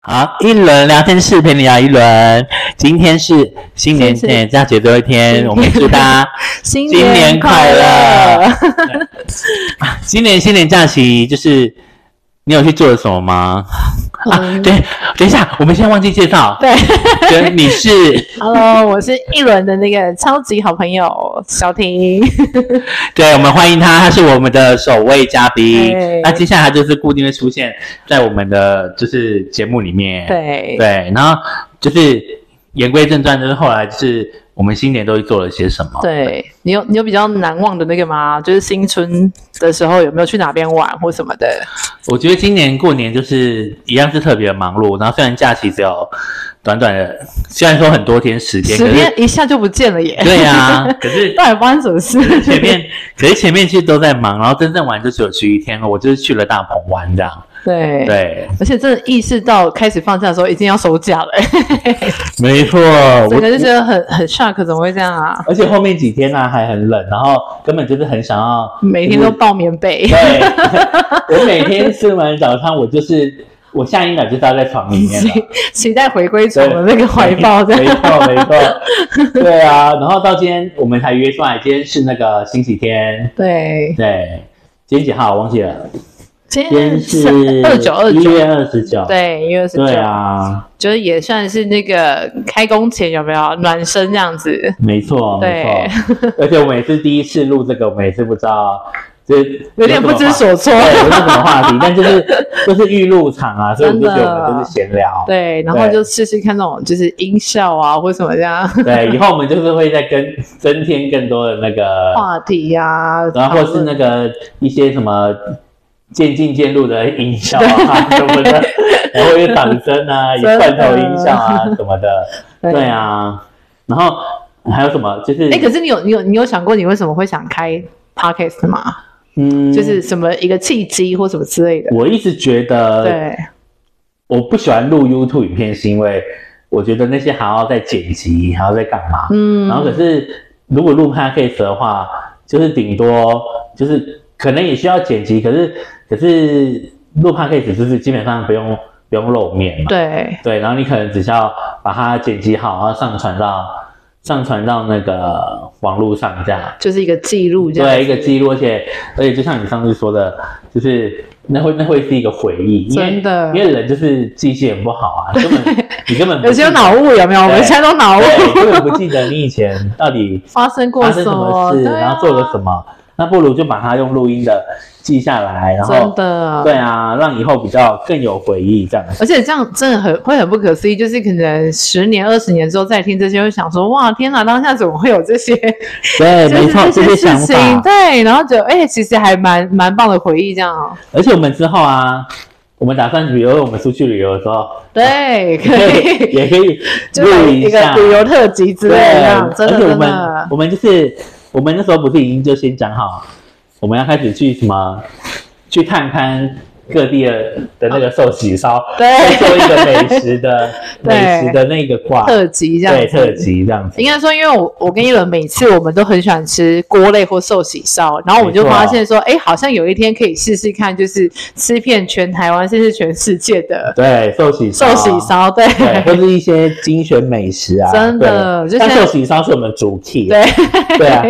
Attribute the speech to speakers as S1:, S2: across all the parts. S1: 好，一轮聊天室陪你啊聊一轮。今天是新年
S2: 是是
S1: 前假期最后一天，我们祝大家
S2: 新
S1: 新年快
S2: 乐！
S1: 新年新年假期就是你有去做了什么吗？啊，
S2: 嗯
S1: 对，等一下，我们先忘记介绍，
S2: 对
S1: 对，你是
S2: ，Hello，我是一轮的那个超级好朋友小婷。
S1: 对，我们欢迎他，他是我们的首位嘉宾
S2: 对。
S1: 那接下来他就是固定会出现在我们的就是节目里面，
S2: 对，
S1: 对，然后就是言归正传，就是后来就是我们新年都做了些什么？
S2: 对你有你有比较难忘的那个吗？就是新春的时候有没有去哪边玩或什么的？
S1: 我觉得今年过年就是一样是特别忙碌，然后虽然假期只有短短的，虽然说很多天十天，
S2: 十天
S1: 可
S2: 一下就不见了
S1: 是
S2: 耶！
S1: 对呀、 可是
S2: 到底发生什么事？
S1: 前面可是前面其实都在忙，然后真正玩就只有去一天，我就是去了大鹏湾这样。
S2: 对，
S1: 对，
S2: 而且真的意识到开 始放假的时候已经要收假了，
S1: 没错，
S2: 整
S1: 我
S2: 个就觉得很很 shock，怎么会这样啊？
S1: 而且后面几天呢、啊还很冷，然后根本就是很想要
S2: 每天都抱棉被。
S1: 对， 我每天吃完早餐，我就是我下一秒就是要在床里面了。
S2: 期期待回归床的那个怀抱，这
S1: 没
S2: 样
S1: 错没错，对啊。然后到今天我们才约出来，今天是那个星期天，
S2: 对，
S1: 对，今天几号我忘记了，
S2: 今
S1: 今天
S2: 是
S1: 是
S2: 二九二
S1: 一
S2: 九，
S1: 月二十九，
S2: 对，一月二十
S1: 对
S2: 九，
S1: 啊，
S2: 就是也算是那个开工前有没有暖身这样子？
S1: 没错没错。而且我每次第一次录这个，我每次不知道，就是
S2: 有点不知
S1: 措。
S2: 所措。
S1: 对，不是什么话题，但就是 就是预录场啊，所以我就觉得我
S2: 真
S1: 们
S2: 的
S1: 就是闲聊。
S2: 对，然后就试试看那种就是音效啊，或什么这样
S1: 对，以后我们就是会再跟增添更多的那个
S2: 话题啊，
S1: 然后或
S2: 讨
S1: 是
S2: 论
S1: 那个一些什么渐进渐入的音效啊 什么的，然后有掌声啊，有
S2: 真
S1: 罐
S2: 的
S1: 头音效啊什么 的，对。啊，然后还有什么就是，
S2: 哎，可是你有你有你有想过你为什么会想开 podcast 吗？
S1: 嗯，
S2: 就是什么一个契机或什么之类的？
S1: 我一直觉得
S2: 对，
S1: 我不喜欢录 YouTube 影片，是因为我觉得那些还要再剪辑，还要再干嘛，
S2: 嗯，
S1: 然后可是如果录 podcast 的话，就是顶多就是可能也需要剪辑，可是可是录 podcast 就是基本上不用不用露面嘛，
S2: 对
S1: 对，然后你可能只需要把它剪辑好，然后上传到上传到那个网络上这样，
S2: 就是一个记录这样
S1: 对，
S2: 子。
S1: 一个记录，而且而且就像你上次说的，就是那会那会是一个回忆，因为
S2: 真的
S1: 因为人就是记性很不好啊，根本你根本不
S2: 有 些有
S1: 记
S2: 脑雾有没有？我们
S1: 对
S2: 现在都脑雾，
S1: 对，根本不记得你以前到底
S2: 发生过
S1: 发生什么事，
S2: 对啊
S1: 然后做了什么，那不如就把它用录音的记下来，然
S2: 真
S1: 后
S2: 的
S1: 对。啊，让以后比较更有回忆这样子。
S2: 而且这样真的很会很不可思议，就是可能十年、二十年之后再听这些，会想说哇，天哪，当下怎么会有这些？
S1: 对，
S2: 就
S1: 哎没
S2: 是
S1: 错，这
S2: 这
S1: 些
S2: 事
S1: 想
S2: 情，
S1: 法。
S2: 对，然后觉得哎、其实还蛮蛮棒的回忆，这样，
S1: 而且我们之后啊，我们打算比如说我们出去旅游的时候，
S2: 对，可
S1: 对，
S2: 以，
S1: 也可以
S2: 就
S1: 录
S2: 是
S1: 一
S2: 一个
S1: 下。
S2: 旅游特辑之类
S1: 对
S2: 的，这样，真
S1: 而
S2: 的
S1: 且我
S2: 真
S1: 们
S2: 的
S1: 我们就是我们那时候不是已经就先讲好，啊我们要开始去什么去探勘各地的的那个寿喜烧，
S2: 哦对
S1: 做一个美食的
S2: 对
S1: 美食的那个挂
S2: 特辑这样
S1: 对
S2: 子，
S1: 特辑这样子
S2: 应，该说，因为我我跟一伦每次我们都很喜欢吃锅类或寿喜烧，然后我们就
S1: 没错啊
S2: 发现说，哎，好像有一天可以试试看，就是吃遍全台湾甚至全世界的
S1: 对寿喜
S2: 寿喜。烧，对
S1: 啊对，或是一些精选美食啊，
S2: 真的
S1: 对
S2: 就
S1: 像
S2: 像
S1: 寿喜烧是我们主 key，
S2: 对，
S1: 对啊，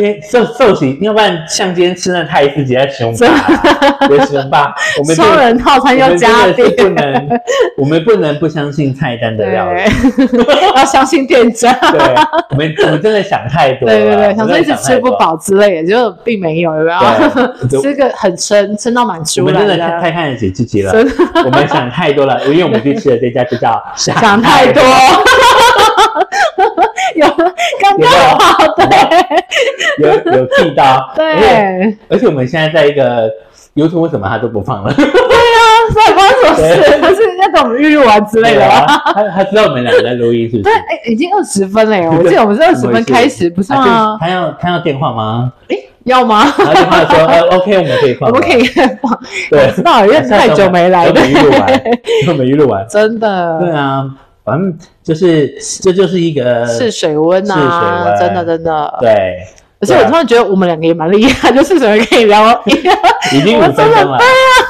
S1: 因为寿寿喜，要不然像今天吃那泰式，直接熊霸啊，别熊霸，我们
S2: 双人套餐要加
S1: 我们真的是
S2: 点，
S1: 不 能，我们不能不相信菜单的
S2: 对
S1: 料理。，
S2: 要相信店家，
S1: 对，我们我们真的想太多了。
S2: 对对对，想
S1: 我
S2: 说
S1: 们真
S2: 一直
S1: 的啊想
S2: 吃
S1: 太多
S2: 不。饱之类的，就并没有，有没
S1: 对啊
S2: 有？ 吃个很撑，撑到满
S1: 我
S2: 出
S1: 们
S2: 来
S1: 真的太
S2: 的，
S1: 太看得起自己了
S2: 真，
S1: 我们想太多了。因为我们去吃的这家就叫
S2: 想太多。 有刚
S1: 有没
S2: 刚
S1: 有
S2: 好，对
S1: 有有地道。而且
S2: 对。
S1: 而且我们现在在一个 YouTube 为什么它都不放了？
S2: 啊
S1: 啊
S2: 那关什么事？不是要等我们预录完之类的
S1: 啊
S2: 吗？，
S1: 他他知道我们两个在录音是不
S2: 对，
S1: 是？
S2: 哎，已经二十分了耶！我记得我们是二十分开始，不是
S1: 啊就是
S2: 吗？
S1: 他要他要电话吗？
S2: 要吗？
S1: 他电话说呃 OK 我们可以放
S2: 我
S1: 了，
S2: 们可以放，
S1: 对
S2: 不知道，因为太久没 来
S1: 都
S2: 的，
S1: 没录完，都没录完。
S2: 真
S1: 对
S2: 的
S1: 啊，反正就是这就是一个
S2: 是水温
S1: 是水
S2: 呐，
S1: 温
S2: 真的真的。
S1: 对，
S2: 而且我突然觉得我们两个也蛮厉害，就是怎么可以聊到，
S1: 已经五
S2: 我
S1: 分
S2: 们真的啊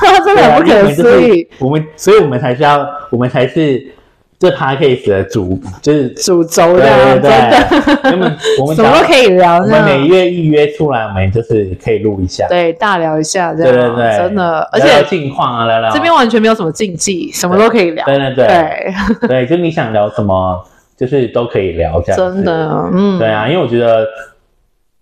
S1: 钟了。
S2: 真的很不可思议。。
S1: 我们所以我们才需要，我们才是这 podcast 的主，就是
S2: 主轴
S1: 对
S2: 的啊，
S1: 对
S2: 真的，
S1: 对，那么我们
S2: 什么都可以聊
S1: 我
S2: 这
S1: 们每
S2: 样。
S1: 月一约出来，我们就是可以录一下，
S2: 对，大聊一下这
S1: 对
S2: 样，
S1: 对对，
S2: 真的，而
S1: 聊聊
S2: 且
S1: 近况啊，聊聊
S2: 这边完全没有什么禁忌，什么都可以聊。
S1: 对对对
S2: 对，
S1: 对，就你想聊什么，就是都可以聊这样，
S2: 真的，嗯，
S1: 对，啊，因为我觉得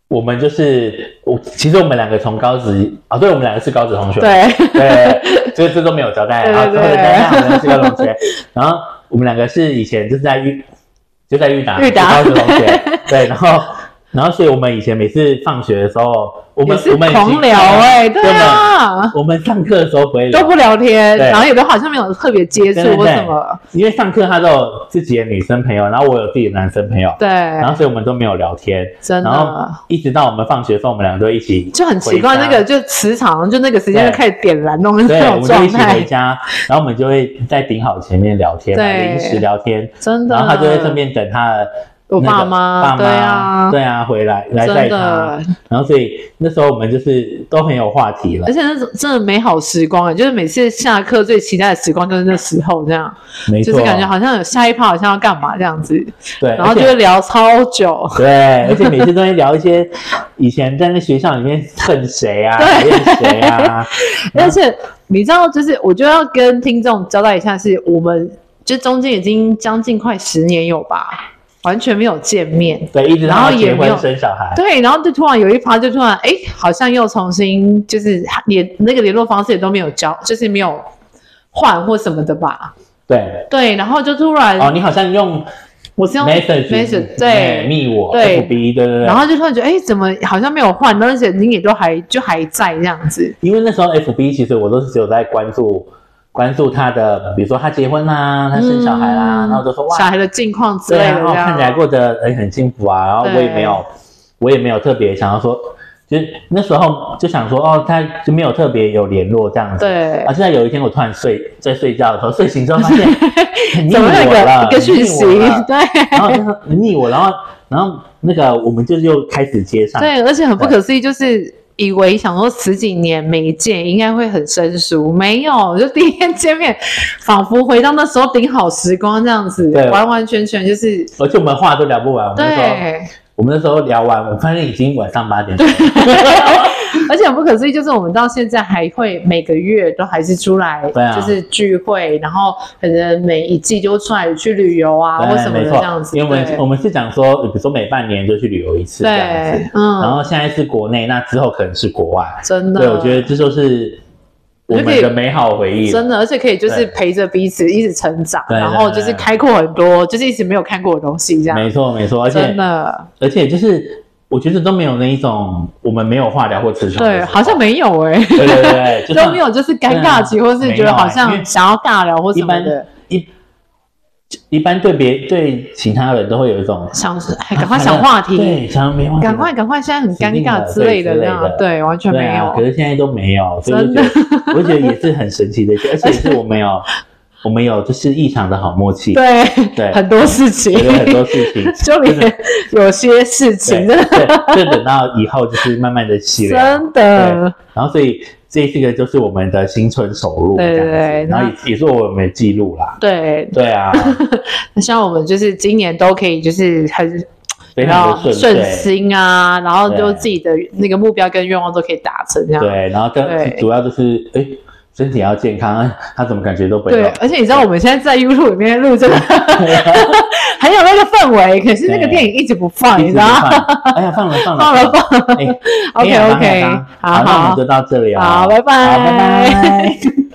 S1: 我们就是我，其实我们两个从高职啊，对，我们两个是高职同学，
S2: 对，
S1: 对，这这都没有交代啊，
S2: 对
S1: 对对
S2: 对对
S1: 对，我们是个同学，然后我们两个是以前就是在玉就在玉达
S2: 裕达
S1: 高职同学，对，然后然后所以我们以前每次放学的时候，我
S2: 也
S1: 们
S2: 是
S1: 我们已经
S2: 狂聊哎，对啊，
S1: 我们上课的时候不会聊
S2: 都不聊天，
S1: 对
S2: 然后也都好像没有特别接
S1: 对对
S2: 触或
S1: 对
S2: 什么，
S1: 因为上课他都有自己的女生朋友，然后我有自己的男生朋友，
S2: 对，
S1: 然后所以我们都没有聊天，
S2: 真
S1: 然后
S2: 的。
S1: 一直到我们放学的时候，我们两个都一起
S2: 就很奇
S1: 回
S2: 怪，
S1: 家
S2: 那个就磁场，就那个时间
S1: 对
S2: 就开始点燃弄
S1: 对，
S2: 那
S1: 我们
S2: 种
S1: 就
S2: 状
S1: 一起回
S2: 态，
S1: 家，然后我们就会在顶好前面聊天嘛，啊
S2: 对
S1: 临时聊天，
S2: 真的。
S1: 然后他就会顺便等他的
S2: 我
S1: 那个
S2: 爸妈，
S1: 爸妈，
S2: 对啊，
S1: 对啊，回来来载他，
S2: 真的，
S1: 然后所以那时候我们就是都很有话题了
S2: 而，且那种真的美好时光啊，就是每次下课最期待的时光就是那时候，这样
S1: 没
S2: 就
S1: 错，
S2: 是感觉好像有下一趴好像要干嘛这样子，
S1: 对，
S2: 然后
S1: 而且
S2: 就会聊超久，
S1: 对，而且每次都会聊一些以前在那学校里面恨谁啊，讨
S2: 对
S1: 厌谁啊，
S2: 而且你知道，就是我就要跟听众交代一下，是我们就中间已经将近快十年有吧，完全没有见面。
S1: 对，一直
S2: 然后
S1: 到
S2: 也
S1: 结
S2: 没有
S1: 婚生小孩，
S2: 对，然后就突然有一趴，就突然哎，好像又重新就是联那个联络方式也都没有交，就是没有换或什么的吧。
S1: 对，
S2: 对，然后就突然、
S1: 哦，你好像用
S2: 嗯我是用
S1: message
S2: message
S1: 哎
S2: 对，
S1: 密我
S2: 对
S1: FB，对对对，
S2: 然后就突然觉得哎，怎么好像没有换，而且你也都还哎就还在这样子。
S1: 因为那时候 FB 其实我都是只有在关注关注他的，比如说他结婚啦、他生小孩啦，
S2: 嗯
S1: 然后我就说哇，
S2: 小孩的近况之
S1: 对
S2: 类
S1: 啊，
S2: 的，
S1: 然后看起来过得哎很幸福啊，然后我也
S2: 对
S1: 没有我也没有特别想要说，就是那时候就想说哦，他就没有特别有联络这样子。
S2: 对
S1: 啊！，现在有一天我突然睡在睡觉的时候，睡醒之后发 现你
S2: 怎么会有一
S1: 我了
S2: 个一个讯
S1: 你
S2: 息
S1: 我了？
S2: 对。
S1: 然后就说你腻我，然后然后那个我们就又开始接上，
S2: 对，而且很不可思议，就是以为想说十几年没见，应该会很生疏，没有，就第一天见面，仿佛回到那时候顶好时光这样子
S1: 对，
S2: 完完全全就是
S1: 而且我们话都聊不完，我们就说
S2: 对，
S1: 我们那时候聊完，我发现已经晚上八点钟了。
S2: 而且很不可思议，就是我们到现在还会每个月都还是出来
S1: 对，啊
S2: 就是聚会，然后可能每一季就出来去旅游啊
S1: 对
S2: 或什么
S1: 没
S2: 的
S1: 错
S2: 这样子，
S1: 因为我们
S2: 对
S1: 我们是讲说，比如说每半年就去旅游一次这样
S2: 对
S1: 子，，然
S2: 嗯，
S1: 后现在是国内，那之后可能是国外。
S2: 真的，
S1: 对，我觉得这就是我
S2: 我
S1: 们
S2: 觉
S1: 的
S2: 得可以
S1: 美好回忆。
S2: 真的，而且可以就是
S1: 对
S2: 陪着彼此一直成长，
S1: 对对
S2: 然后就是开阔很多，就是一直没有看过的东西，这样
S1: 没错没错，而
S2: 真
S1: 且
S2: 的
S1: 而且就是我觉得都没有那一种我们没有话聊或词穷的时
S2: 对，
S1: 候。
S2: 好像没有哎、
S1: 对对对， 就
S2: 都没
S1: 像
S2: 有就是尴尬期，或是觉得好
S1: 没有啊因为
S2: 像想要大聊或什么
S1: 一般
S2: 的，
S1: 一般对别对其他人都会有一种
S2: 想哎赶快想话题，
S1: 对，想没话题
S2: 赶快赶快，现在很尴尬之类的
S1: 对之类的
S2: 这样，对，完全
S1: 对
S2: 没有
S1: 啊，可，是现在都没有，所以我
S2: 真
S1: 觉得我觉得也是很神奇的一件，而且是我们 有我们有就是异常的好默契，
S2: 对，
S1: 对
S2: 很多事情。
S1: 有，很多事情
S2: 就连有些事情
S1: 对，
S2: 真的
S1: 对，就等到以后就是慢慢的起来，
S2: 真的
S1: 然后所以这这个就是我们的新春首录，
S2: 对
S1: 这样子
S2: 对
S1: 然后也也是我们的记录啦，
S2: 对，
S1: 对 啊，
S2: 那希望我们就是今年都可以就是很
S1: 非
S2: 然
S1: 常
S2: 后
S1: 的顺遂，
S2: 心啊，然后就
S1: 对
S2: 自己的那个目标跟愿望都可以达成这样。
S1: 对，然后跟
S2: 对
S1: 主要就是哎，身体要健康， 他怎么感觉都不
S2: 对
S1: 要，
S2: 而且你知道我们现在在 YouTube 里面录这 个，很有那个氛围，可是那个
S1: 对
S2: 电影一直不放，
S1: 一
S2: 你
S1: 直
S2: 知
S1: 不
S2: 道吗
S1: 放， 哎呀，放了放了
S2: 放了
S1: 放了，哎
S2: ？OK
S1: 哎呀
S2: OK，
S1: 好
S2: 好
S1: 那我们
S2: 好
S1: 就到这里哦，
S2: 好，拜拜，
S1: 好，拜拜。